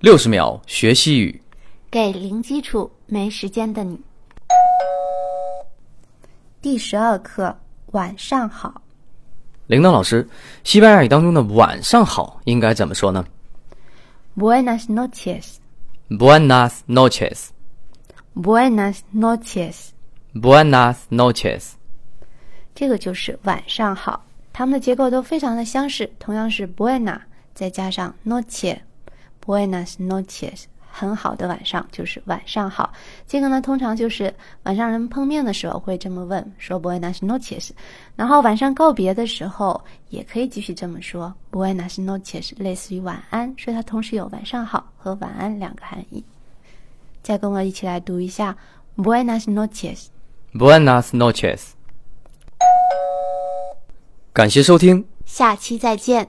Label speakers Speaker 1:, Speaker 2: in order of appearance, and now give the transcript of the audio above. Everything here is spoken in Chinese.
Speaker 1: 六十秒学西语。
Speaker 2: 给零基础没时间的你。
Speaker 3: 第十二课，晚上好。
Speaker 1: 铃铛老师，西班牙语当中的“晚上好”应该怎么说呢
Speaker 3: Buenas noches.
Speaker 1: ？Buenas noches,
Speaker 3: Buenas noches.
Speaker 1: Buenas noches。
Speaker 3: 这个就是晚上好。它们的结构都非常的相似，同样是 buena 再加上 noche。Buenas noches，很好的晚上就是晚上好。这个呢，通常就是晚上人碰面的时候会这么问，说 Buenas noches。然后晚上告别的时候也可以继续这么说 Buenas noches，类似于晚安，所以它同时有晚上好和晚安两个含义。再跟我一起来读一下 Buenas noches。
Speaker 1: Buenas noches。感谢收听。
Speaker 2: 下期再见。